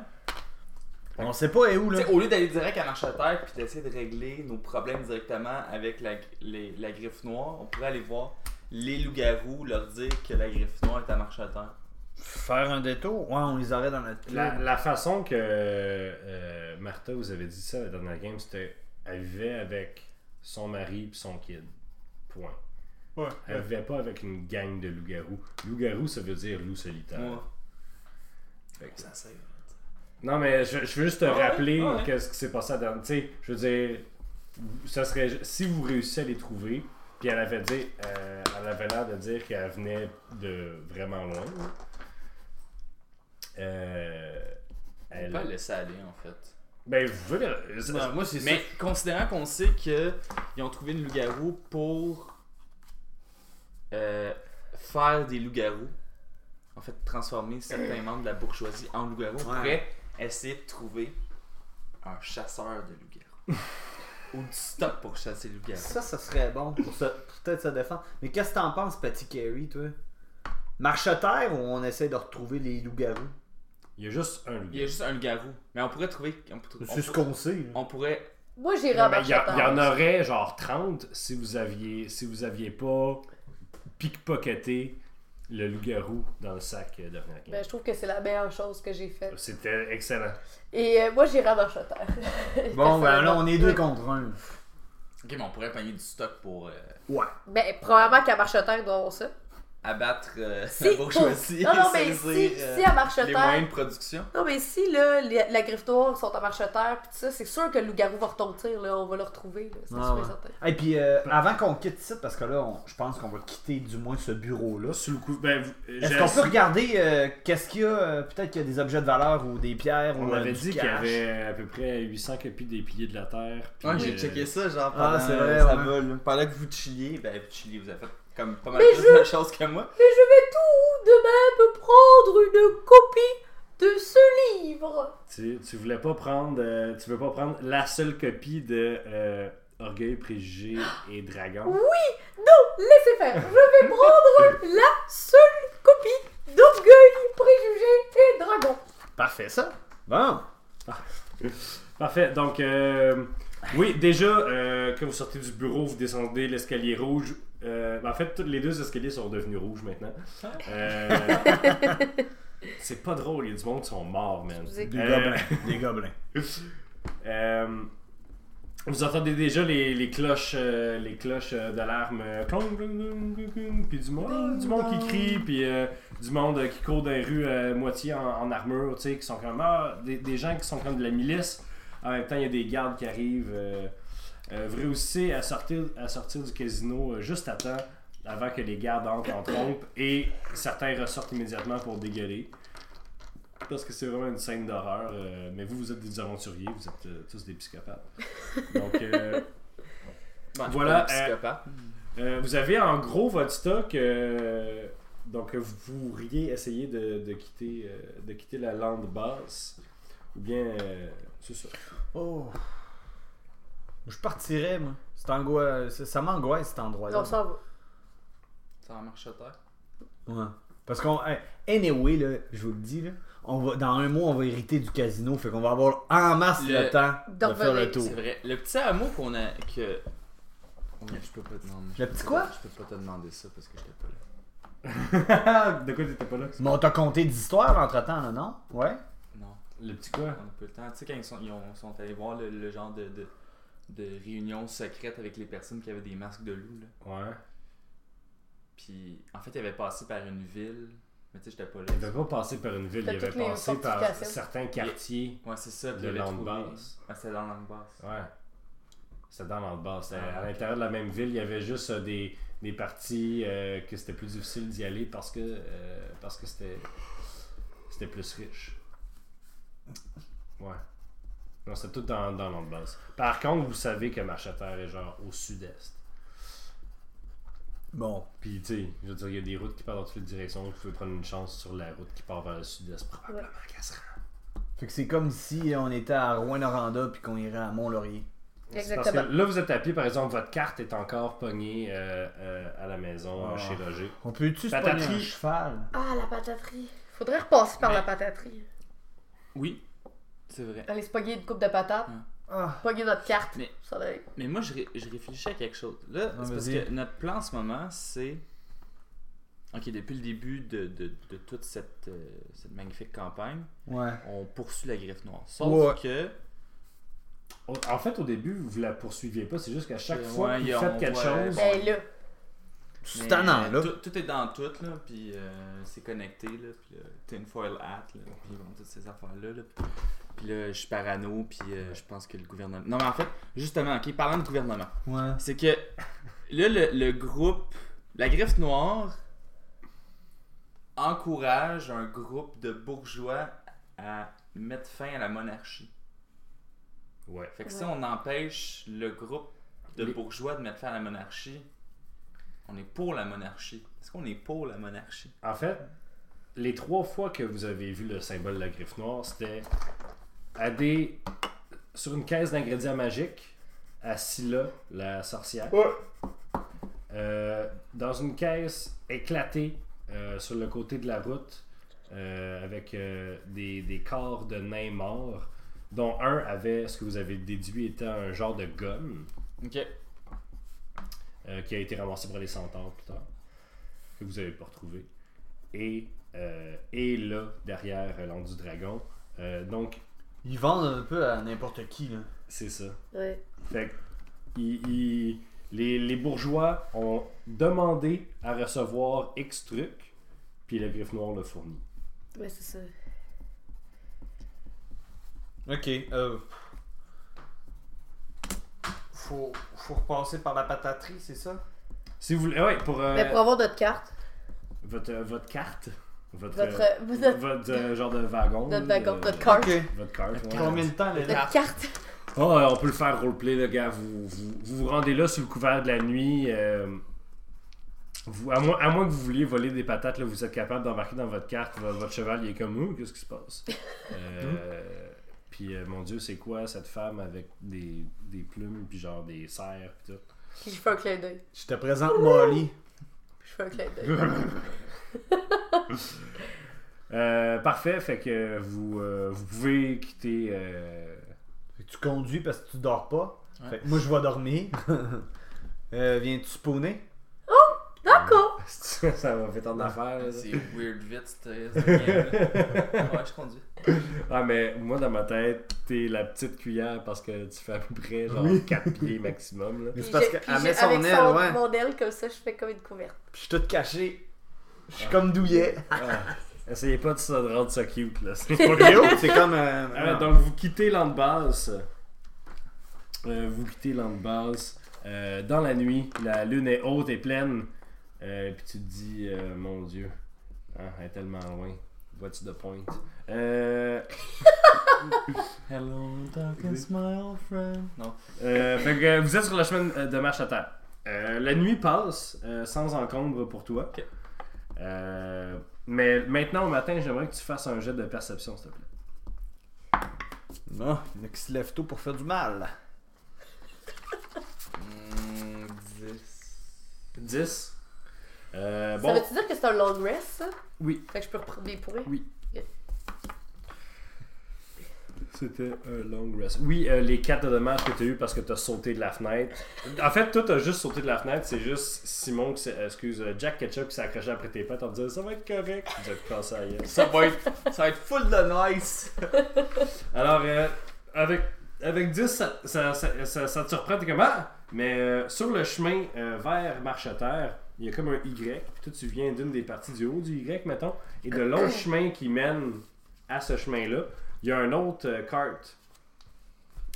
On sait pas est où, Tu là. sais, au lieu d'aller direct à marche à terre puis d'essayer de régler nos problèmes directement avec la, les- la griffe noire, on pourrait aller voir les loups-garous, leur dire que la griffe noire est à marche à terre. Faire un détour? Ouais, on les aurait dans notre La, club. la façon que euh, Martha vous avait dit ça la dernière game, c'était elle vivait avec son mari et son kid. Point. Ouais. Elle vivait pas avec une gang de loups-garous. Loups-garous, ça veut dire loup solitaire. Moi, Fait que- ça sert. Non, mais je, je veux juste te Ah ouais, rappeler ah ouais. que ce qui s'est passé à Dan. Tu sais, je veux dire, ça serait. Si vous réussissez à les trouver, puis elle avait dit. euh, elle avait l'air de dire qu'elle venait de vraiment loin. là. Euh, On elle- peut laisser aller en fait. Ben, vous verrez- moi, c'est Mais considérant qu'on sait que ils ont trouvé une loup-garou pour euh, faire des loups-garous, en fait transformer certains membres de la bourgeoisie en loups-garous, on Ouais. pourrait essayer de trouver un chasseur de [laughs] loups-garous. Ou du stock pour chasser les loups-garous. Ça, ça serait bon pour se- peut-être se défendre. Mais qu'est-ce que t'en penses, Patty Carey, toi? Marche à terre ou on essaie de retrouver les loups-garous? Il y a juste un loup. Il y a juste un loup-garou. Mais on pourrait trouver. On, peut- on C'est ce pourrait- qu'on sait. là. on pourrait. Moi, j'irai Non, en mais marche il y, a- à il y en terre. aurait genre 30 si vous aviez si vous aviez pas pickpocketé le loup-garou dans le sac euh, dernière game. Ben, je trouve que c'est la meilleure chose que j'ai faite. C'était excellent. Et euh, moi, j'irai en marche à terre. [laughs] Bon, ben là, on est deux Ouais. contre un. Ok, mais on pourrait pogner du stock pour euh, Ouais. Ben, probablement qu'à marche à terre, ils doivent [laughs] avoir ça. abattre euh, Si, la bourgeoisie. [laughs] Non, non, mais si, saisir, euh, si à marche les terre. moyens de production. Non, mais si, là, les- la griffe noire ils sont à marche à terre, pis tout ça, c'est sûr que le loup-garou va retomber, là. On va le retrouver, là. C'est Ouais, sûr et Ah, ouais. certain. Et puis, euh, avant qu'on quitte ici, parce que là, on- je pense qu'on va quitter du moins ce bureau-là. Sous le coup, ben, vous- euh, Est-ce j'ai- qu'on peut regarder euh, qu'est-ce qu'il y a euh, Peut-être qu'il y a des objets de valeur ou des pierres on ou euh, avait du dit qu'il y cash. avait à peu près 800 copies des piliers de la Terre. puis, Ouais, j'ai euh, checké ça, genre, pendant, Ah, c'est vrai, ça ouais. va, là. Pendant que vous chilliez, ben, vous chilliez, vous avez fait comme pas mal Mais plus de choses que moi. Mais je vais tout de même prendre une copie de ce livre. Tu, tu voulais pas prendre euh, tu veux pas prendre la seule copie de euh, Orgueil, Préjugé et Dragon. Laissez faire. Je [laughs] vais prendre la seule copie d'Orgueil, Préjugé et Dragon. Parfait, ça. Bon. Parfait. Donc, euh, oui, déjà, euh, quand vous sortez du bureau, vous descendez l'escalier rouge. Euh, en fait, tous les deux escaliers sont devenus rouges maintenant. Euh, c'est pas drôle, il y a du monde qui sont morts, man. Excusez. Des Euh, gobelins. Des gobelins. Euh, vous entendez déjà les, les cloches euh, les cloches euh, d'alarme euh, clong, clong, clong, clong, clong, puis du monde du monde qui crie puis euh, du monde euh, qui court dans les rues euh, moitié en, en armure tu sais qui sont comme ah, des, des gens qui sont comme de la milice en même temps il y a des gardes qui arrivent euh, euh, vous réussissez à sortir à sortir du casino euh, juste à temps avant que les gardes entrent en trompe et certains ressortent immédiatement pour dégueuler parce que c'est vraiment une scène d'horreur. euh, mais vous, vous êtes des aventuriers, vous êtes euh, tous des [laughs] psychopathes. Donc, euh, Bon, je suis pas Ben, Voilà, un euh, psychopathe. euh, vous avez en gros votre stock. euh, donc, euh, vous pourriez essayer de, de quitter, euh, de quitter la lande basse. Ou bien, euh, c'est ça. Oh. Je partirais, moi. C'est angoi- c'est- Ça m'angoisse, cet endroit-là. On s'en va. Ça en marche à terre. Ouais. Parce qu'on. hey, Anyway, là, je vous le dis, là, on va, dans un mois, on va hériter du casino. Fait qu'on va avoir en masse le, Le- temps D'en de faire le revenir, tour. C'est vrai. Le petit hameau qu'on a. que. Oh, Je peux pas te demander. je peux petit pas- quoi? Je peux pas te demander ça parce que j'étais pas là. [laughs] de quoi t'étais pas là Mais on t'a conté des histoires entre-temps, là, non? Ouais? Non, Le petit quoi on a pas le temps. Tu sais, quand ils sont, ils ont- sont allés voir le, le genre de, de, de réunion secrète avec les personnes qui avaient des masques de loup, là. Ouais. Puis, en fait, ils avaient passé par une ville. Mais tu sais, j'étais pas Il là. avait pas passé par une ville, il T'as avait toutes les passé par fortifications. certains quartiers. Ouais, c'est ça. puis De ils avaient langue trouvé- basse. Ouais, c'était dans la langue basse. Ouais. C'était dans le bas. C'était à l'intérieur de la même ville. Il y avait juste euh, des, des parties euh, que c'était plus difficile d'y aller parce que euh, parce que c'était c'était plus riche. Ouais. Non, c'était tout dans, dans l'autre base. Par contre, vous savez que Marcheterre est genre au sud-est. Bon. Puis, tu sais, je veux dire, il y a des routes qui partent dans toutes les directions. Vous pouvez prendre une chance sur la route qui part vers le sud-est. Probablement qu'elle se rend. Fait que c'est comme si on était à Rouen-Noranda puis qu'on irait à Mont-Laurier. Parce que Exactement. là, vous êtes à pied, par exemple, votre carte est encore pognée euh, euh, à la maison, Ah. chez Roger. On peut-tu se Patatras. pogner un cheval? Ah, la pataterie. Faudrait repasser par Mais- la pataterie. Oui, c'est vrai. Allez se pogner une coupe de patates, Ah, pogner notre carte. Mais- Ça va être- Mais moi, je, ré- je réfléchis à quelque chose. Là, Ah, c'est parce vas-y. que notre plan en ce moment, c'est. Ok, depuis le début de, de- de toute cette, euh, cette magnifique campagne, ouais. on poursuit la griffe noire. Sauf Ouais. que. Au- En fait, au début, vous la poursuiviez pas, c'est juste qu'à chaque Ouais, fois que y vous a- faites on quelque voit- chose, Hey, Ben, là. C'est mais, euh, tannant, là. Tout, tout est dans tout, là. Puis euh, c'est connecté, là. Puis le tinfoil hat, là. Puis bon, toutes ces affaires-là. là. Puis- Puis là, je suis parano, puis euh, je pense que le gouvernement. Non, mais en fait, justement, ok, parlant de gouvernement. Ouais. C'est que là, le, le groupe, la griffe noire encourage un groupe de bourgeois à mettre fin à la monarchie. ouais. Fait que si on empêche le groupe de Les- bourgeois de mettre fin à la monarchie, on est pour la monarchie. Est-ce qu'on est pour la monarchie? En fait, les trois fois que vous avez vu le symbole de la griffe noire, c'était à des... sur une caisse d'ingrédients magiques, à Scylla, la sorcière. Euh, dans une caisse éclatée euh, sur le côté de la route, euh, avec euh, des, des corps de nains morts, dont un avait ce que vous avez déduit était un genre de gomme Ok. euh, qui a été ramassé par les centaures plus tard, que vous n'avez pas retrouvé. Et, euh, et là, derrière euh, l'onde du dragon. Euh, donc, Ils vendent un peu à n'importe qui, là. c'est ça. Ouais. Fait que, ils- ils- les, les bourgeois ont demandé à recevoir X truc, puis le griffe noir le fournit. Ouais, c'est ça. Ok, euh... Faut, faut repasser par la pataterie, c'est ça? Si vous voulez, ouais, pour, euh, Mais Ben, pour avoir notre carte, votre, euh, votre carte, votre, votre, euh, euh, [laughs] notre, votre, euh, genre de wagon. notre là, wagon, euh, [laughs] notre carte. Ok. votre carte, ouais. Combien de temps, les gars? Notre carte. [laughs] Ah, euh, on peut le faire roleplay, le gars. Vous vous, vous vous rendez là sous le couvert de la nuit. euh, vous, à, moins, à moins que vous vouliez voler des patates, là, vous êtes capable d'embarquer dans votre carte. Votre, votre cheval, il est comme Ouh, Qu'est-ce qui se [laughs] passe Euh, Puis, euh, mon Dieu, c'est quoi cette femme avec des, des plumes, puis genre des cerfs, puis [laughs] tout Puis je fais un clin d'œil. Je te présente Molly. Je fais un clin d'œil. Euh, Parfait, fait que vous, euh, vous pouvez quitter. euh, Fait que tu conduis parce que tu dors pas. Ouais. Fait que moi, je vais [laughs] dormir. euh, Viens-tu spawner? D'accord. [laughs] ça va faire tant d'affaires. là. C'est weird vite, cette cette game-là. Ouais, je conduis. Ah, mais moi, dans ma tête, t'es la petite cuillère parce que tu fais à peu près genre 4 pieds maximum. Là. Mais Puis c'est parce je- puis qu'elle met j'ai- son avec aile, son- ouais. Mon aile, comme ça, je fais comme une couverte. Puis je suis toute cachée. Je suis comme douillet. [laughs] Ah. Essayez pas de, se- de rendre ça cute. Là. C'est pas Et oh, c'est comme... Ah euh, Euh, non. donc, vous quittez Landbass. Euh, vous quittez Landbass. Euh, dans la nuit, la lune est haute et pleine. Euh, Puis tu te dis, euh, mon Dieu, hein, elle est tellement loin. What's the point? [laughs] Euh, Hello, darkness, my old friend. Non. Euh, fait que vous êtes sur la chemin euh, de marche à terre. Euh, la nuit passe euh, sans encombre pour toi. Ok. Euh, mais maintenant au matin, j'aimerais que tu fasses un jet de perception, s'il te plaît. Non, Ah, il y en a qui se lèvent tôt pour faire du mal. Hmm, 10. 10. Euh, Ça bon, veut-tu dire que c'est un long rest, ça? Oui. Fait que je peux reprendre des points. Oui. c'était un long rest. Oui, euh, les 4 de dommages que tu as eu parce que tu as sauté de la fenêtre. En fait, toi, tu as juste sauté de la fenêtre. C'est juste Simon, qui s'est- euh, excuse, euh, Jack Ketchup qui s'est accroché après tes pattes en te disant ça va être correct. Vous êtes cassé à la gueule. Ça va être, ça va être full de nice. Alors, euh, avec, avec 10, ça, ça, ça- ça- ça te surprend, t'es comme Ah! Mais euh, sur le chemin euh, vers Marche à Terre, il y a comme un Y, puis toi tu viens d'une des parties du haut du Y, mettons, et de l'autre chemin qui mène à ce chemin-là, il y a un autre euh, cart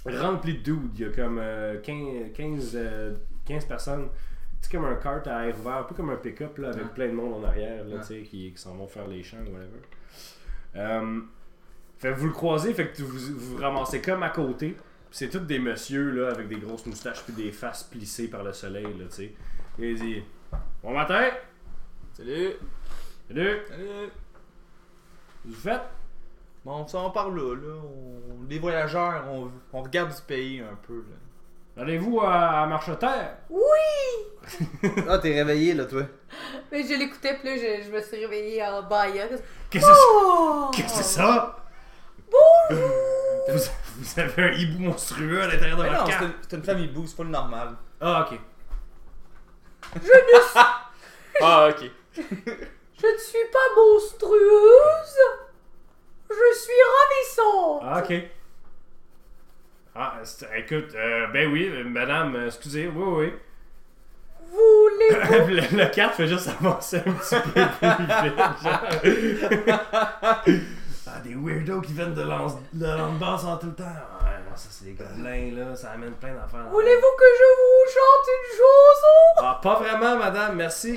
rempli de dudes. Il y a comme euh, 15, 15, euh, 15 personnes. C'est comme un cart à air ouvert, un peu comme un pick-up là, avec Ouais. plein de monde en arrière là, Ouais. tu sais, qui, qui s'en vont faire les champs, whatever. Euh, fait que vous le croisez, fait que tu- vous vous vous ramassez comme à côté. Puis C'est tous des messieurs là, avec des grosses moustaches puis des faces plissées par le soleil, là, tu sais. Et il dit Bon matin, Salut. salut, Salut. qu'est-ce que vous faites Bon, ça on parle là, là. On... Les voyageurs, on... on regarde du pays un peu là. Allez-vous à, à Marcheterre? Ah, t'es réveillé là, toi. Mais je l'écoutais, puis là, je, je me suis réveillée en baillant. Qu'est-ce que c'est- Oh! qu'est-ce que c'est ça? Bonjour! Vous, vous avez un hibou monstrueux à l'intérieur de Mais non, votre c'est carte. une, c'est une famille boo, c'est pas le normal. Ah, ok. Ah, ok. Je ne suis pas monstrueuse. Je suis ravissante. Ah, ok. Ah, c'est- écoute, euh, ben oui, euh, madame, euh, excusez, oui, oui. [coughs] Voulez-vous le, le carte fait juste avancer un petit peu plus vite. genre. ah, des weirdos qui viennent de lance de lance en tout le temps. Ah, non, ça, c'est des gobelins, là, ça amène plein d'affaires. voulez-vous que je vous chante une chanson Ah, pas vraiment, madame, merci.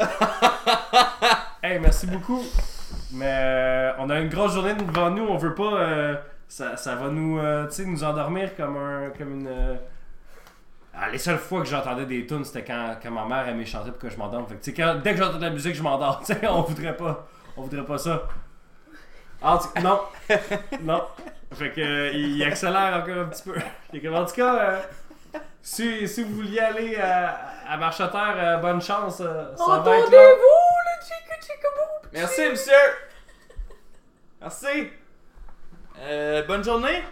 hey, merci beaucoup. Mais euh, on a une grosse journée devant nous, on veut pas. euh, ça, ça va nous, euh, tu sais, nous endormir comme, un, comme une. euh, Ah, les seules fois que j'entendais des tunes, c'était quand, quand ma mère aimait chanter pour que je m'endorme. Fait que, tu sais, quand- dès que j'entends de la musique, je m'endors. [laughs] Tu sais, on voudrait pas. On voudrait pas ça. Ah, en tout- non. non. Fait que, euh, il accélère encore un petit peu. Fait que, en tout cas. euh, si, si vous vouliez aller euh, à, à Marcheterre, euh, bonne chance. euh, ça va être Entendez-vous long. le tchic tchic Merci, monsieur! Merci! Euh, bonne journée!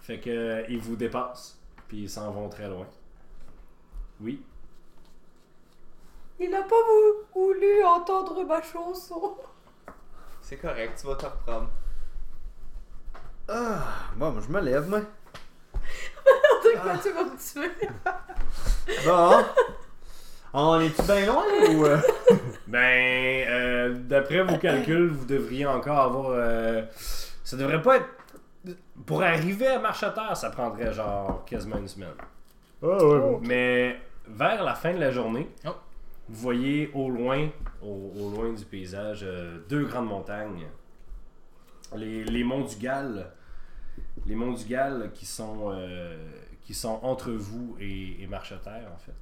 Fait que euh, ils vous dépassent, puis ils s'en vont très loin. Oui. Il n'a pas vou- voulu entendre ma chanson. [laughs] C'est correct, tu vas te reprendre. Ah, bon, moi, je me lève, moi. Pourquoi tu vas me tuer [laughs] Bon. On est-tu bien loin ou. euh? Ben, euh, d'après vos calculs, vous devriez encore avoir. euh, ça devrait pas être. Pour arriver à Marcheterre, ça prendrait genre quasiment une semaine. Ah, ouais, bon. Mais vers la fin de la journée, Oh. vous voyez au loin, au, au loin du paysage, euh, deux grandes montagnes. Les, les monts du Gall. Les monts du Gall qui sont, euh, qui sont entre vous et, et Marcheterre, en fait.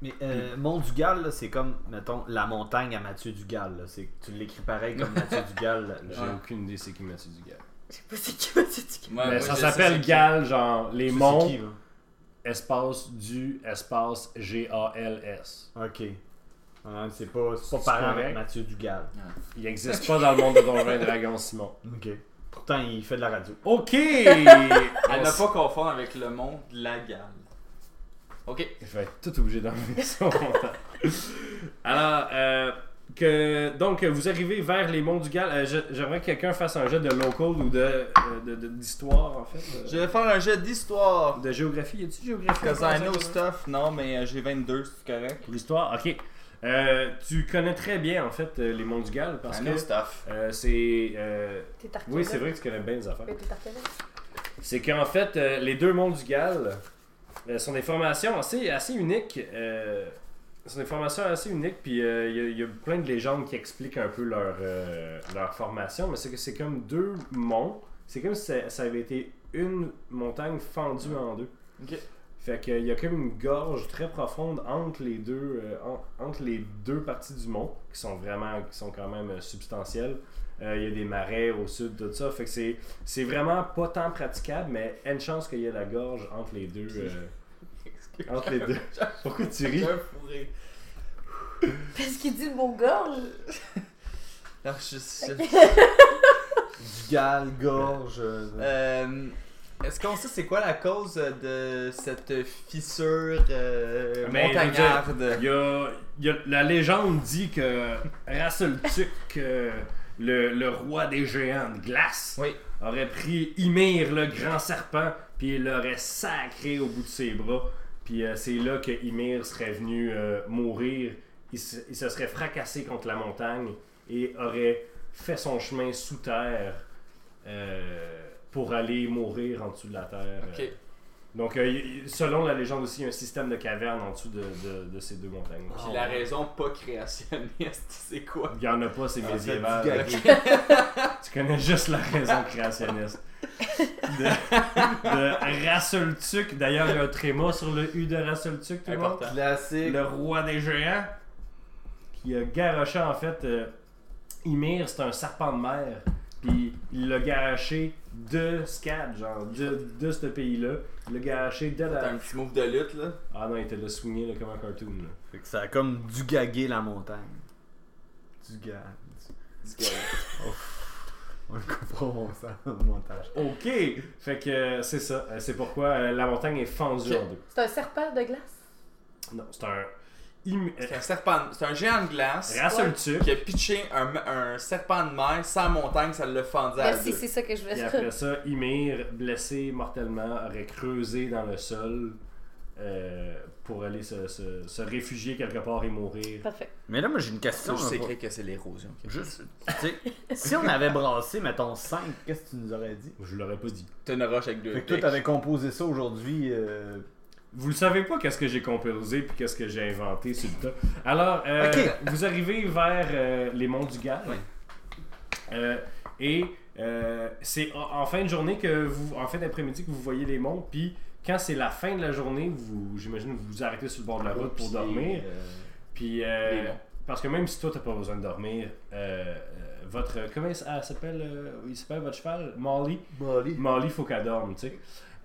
Mais euh, Mont Dugal, là, c'est comme, mettons, la montagne à Mathieu Dugal. là. C'est, tu l'écris pareil comme [laughs] Mathieu Dugal. là. J'ai Ouais. aucune idée c'est qui Mathieu du Gall. Je sais pas c'est qui m'a dit qui. Moi, Mais moi, ça je sais s'appelle c'est qui. Gall, genre les C'est monts, qui, là? espace du, espace G-A-L-S. Ok. Ah, c'est pas, c'est pas C'est parent correct. avec Mathieu Dugal. Il n'existe pas dans le monde de Donjons et [laughs] Dragons, Simon. Ok. Pourtant, il fait de la radio. Ok! À On ne s- pas confondre avec le monde de la gale. Ok. Je vais être tout obligé d'enlever [laughs] son montant. Alors, euh, que, donc, vous arrivez vers les monts du Gall. Euh, je- J'aimerais que quelqu'un fasse un jet de local ou de euh, de- de- d'histoire, en fait. euh, Je vais faire un jeu d'histoire. De géographie. Y a-t-il géographie? Cause I know stuff. Non, mais euh, j'ai 22, c'est correct. L'histoire, ok. Euh, tu connais très bien, en fait, euh, les monts du Gall parce I que know [laughs] stuff. euh, c'est. euh, T'es tartelettes. oui, c'est vrai que tu connais bien les affaires. Mais t'es tartelettes. C'est qu'en fait, euh, les deux mondes du Galles euh, sont des formations assez, assez uniques. euh, sont des formations assez uniques, puis euh, il y, a plein de légendes qui expliquent un peu leur, euh, leur formation, mais c'est que c'est comme deux monts. C'est comme si ça, ça avait été une montagne fendue en deux. Ok. Fait qu'il y a comme une gorge très profonde entre les deux, euh, en- entre les deux parties du mont, qui sont vraiment, qui sont quand même euh, substantielles. Euh, Il y a des marais au sud, tout ça. Fait que c'est, c'est vraiment pas tant praticable, mais une chance qu'il y ait la gorge entre les deux. euh, Excuse. entre les deux. Pourquoi tu J'ai ris? un fou rire. Parce qu'il dit mon gorge. Non, je- je- Dugal, gorge. euh, Euh, Est-ce qu'on sait c'est quoi la cause de cette fissure euh, Mais, Il montagnarde? y a, il y a- la légende dit que Rasseltuk, [laughs] euh, le, le roi des géants de glace, Oui. aurait pris Ymir, le grand serpent, puis il l'aurait sacré au bout de ses bras. Puis euh, c'est là que Ymir serait venu euh, mourir. Il se, il se serait fracassé contre la montagne et aurait fait son chemin sous terre euh, pour aller mourir en dessous de la terre. Ok. euh, donc, euh, y- y- selon la légende aussi, il y a un système de cavernes en dessous de, de- de ces deux montagnes. Puis la raison pas créationniste, [laughs] c'est quoi? Il n'y en a pas, c'est Ah, c'est médiéval. du gag. Tu connais juste la raison créationniste. De, de Rasseltuc. D'ailleurs, il y a un tréma sur le U de Rasseltuc, tout le monde. Important. Classique. Le roi des géants, qui a garoché en fait. euh, Ymir, c'est un serpent de mer Puis il l'a gâché de SCAD, genre, de, de ce pays-là. Il l'a gâché de T'as la. un petit move de lutte, là. Ah non, il était le swingé là, comme un cartoon. là. Fait que ça a comme dugagué la montagne. Dugag. Du gars. On le coupera mon sang au montage. Ok! Fait que euh, c'est ça. Euh, C'est pourquoi euh, la montagne est fendue en deux. C'est un serpent de glace. Non, c'est un. imme- C'est un serpent, c'est un géant de glace Rasseule-tu, qui a pitché un, un serpent de mer sans montagne, ça l'a fendu à Merci, deux. c'est ça que je veux et après ça, Ymir, blessé mortellement, aurait creusé dans le sol euh, pour aller se, se- se réfugier quelque part et mourir. Parfait. Mais là, moi, j'ai une Ça, question. je sais là, pour- écrit que c'est l'érosion. Juste, tu sais, si on avait brassé, mettons, 5, qu'est-ce que tu nous aurais dit? Je l'aurais pas dit. T'as une roche avec deux Fait que toi, decks. t'avais composé ça aujourd'hui. euh, Vous le savez pas qu'est-ce que j'ai composé puis qu'est-ce que j'ai inventé sur le tas. Alors, euh, Ok. vous arrivez vers euh, les monts du Gard. Oui. Euh, et euh, c'est en, en fin de journée que vous, en fin d'après-midi que vous voyez les monts. Puis quand c'est la fin de la journée, vous, j'imagine, vous vous arrêtez sur le bord de la route pour Puis, dormir. euh, Puis euh, les monts. parce que même si toi t'as pas besoin de dormir, euh, euh, votre comment il s- elle s'appelle, euh, il s'appelle votre cheval, Molly. Molly, faut qu'elle dorme, tu sais.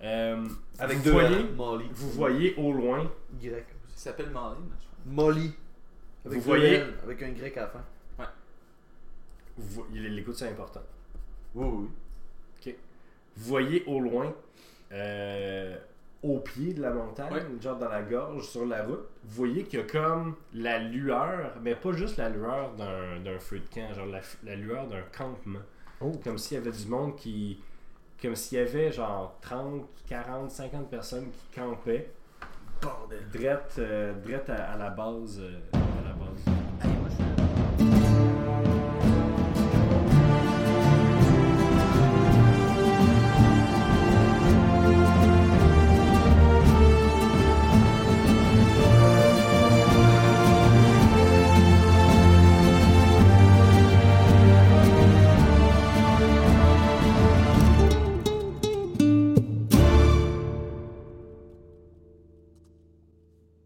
Euh, vous voyez, L, Molly. vous voyez au loin Y. Il s'appelle Marley, notre cheval. Molly. Vous Avec deux voyez- L, Avec un grec à la fin. Vous vo- L'écoute, c'est important. Oui, oui. Vous voyez au loin, euh, au pied de la montagne, genre dans la gorge, sur la route, vous voyez qu'il y a comme la lueur, mais pas juste la lueur d'un d'un feu de camp, genre la, f- la lueur d'un campement. Oh. Comme s'il y avait du monde qui. Comme s'il y avait genre 30, 40, 50 personnes qui campaient, Bordel. drette, euh, drette à, à la base euh,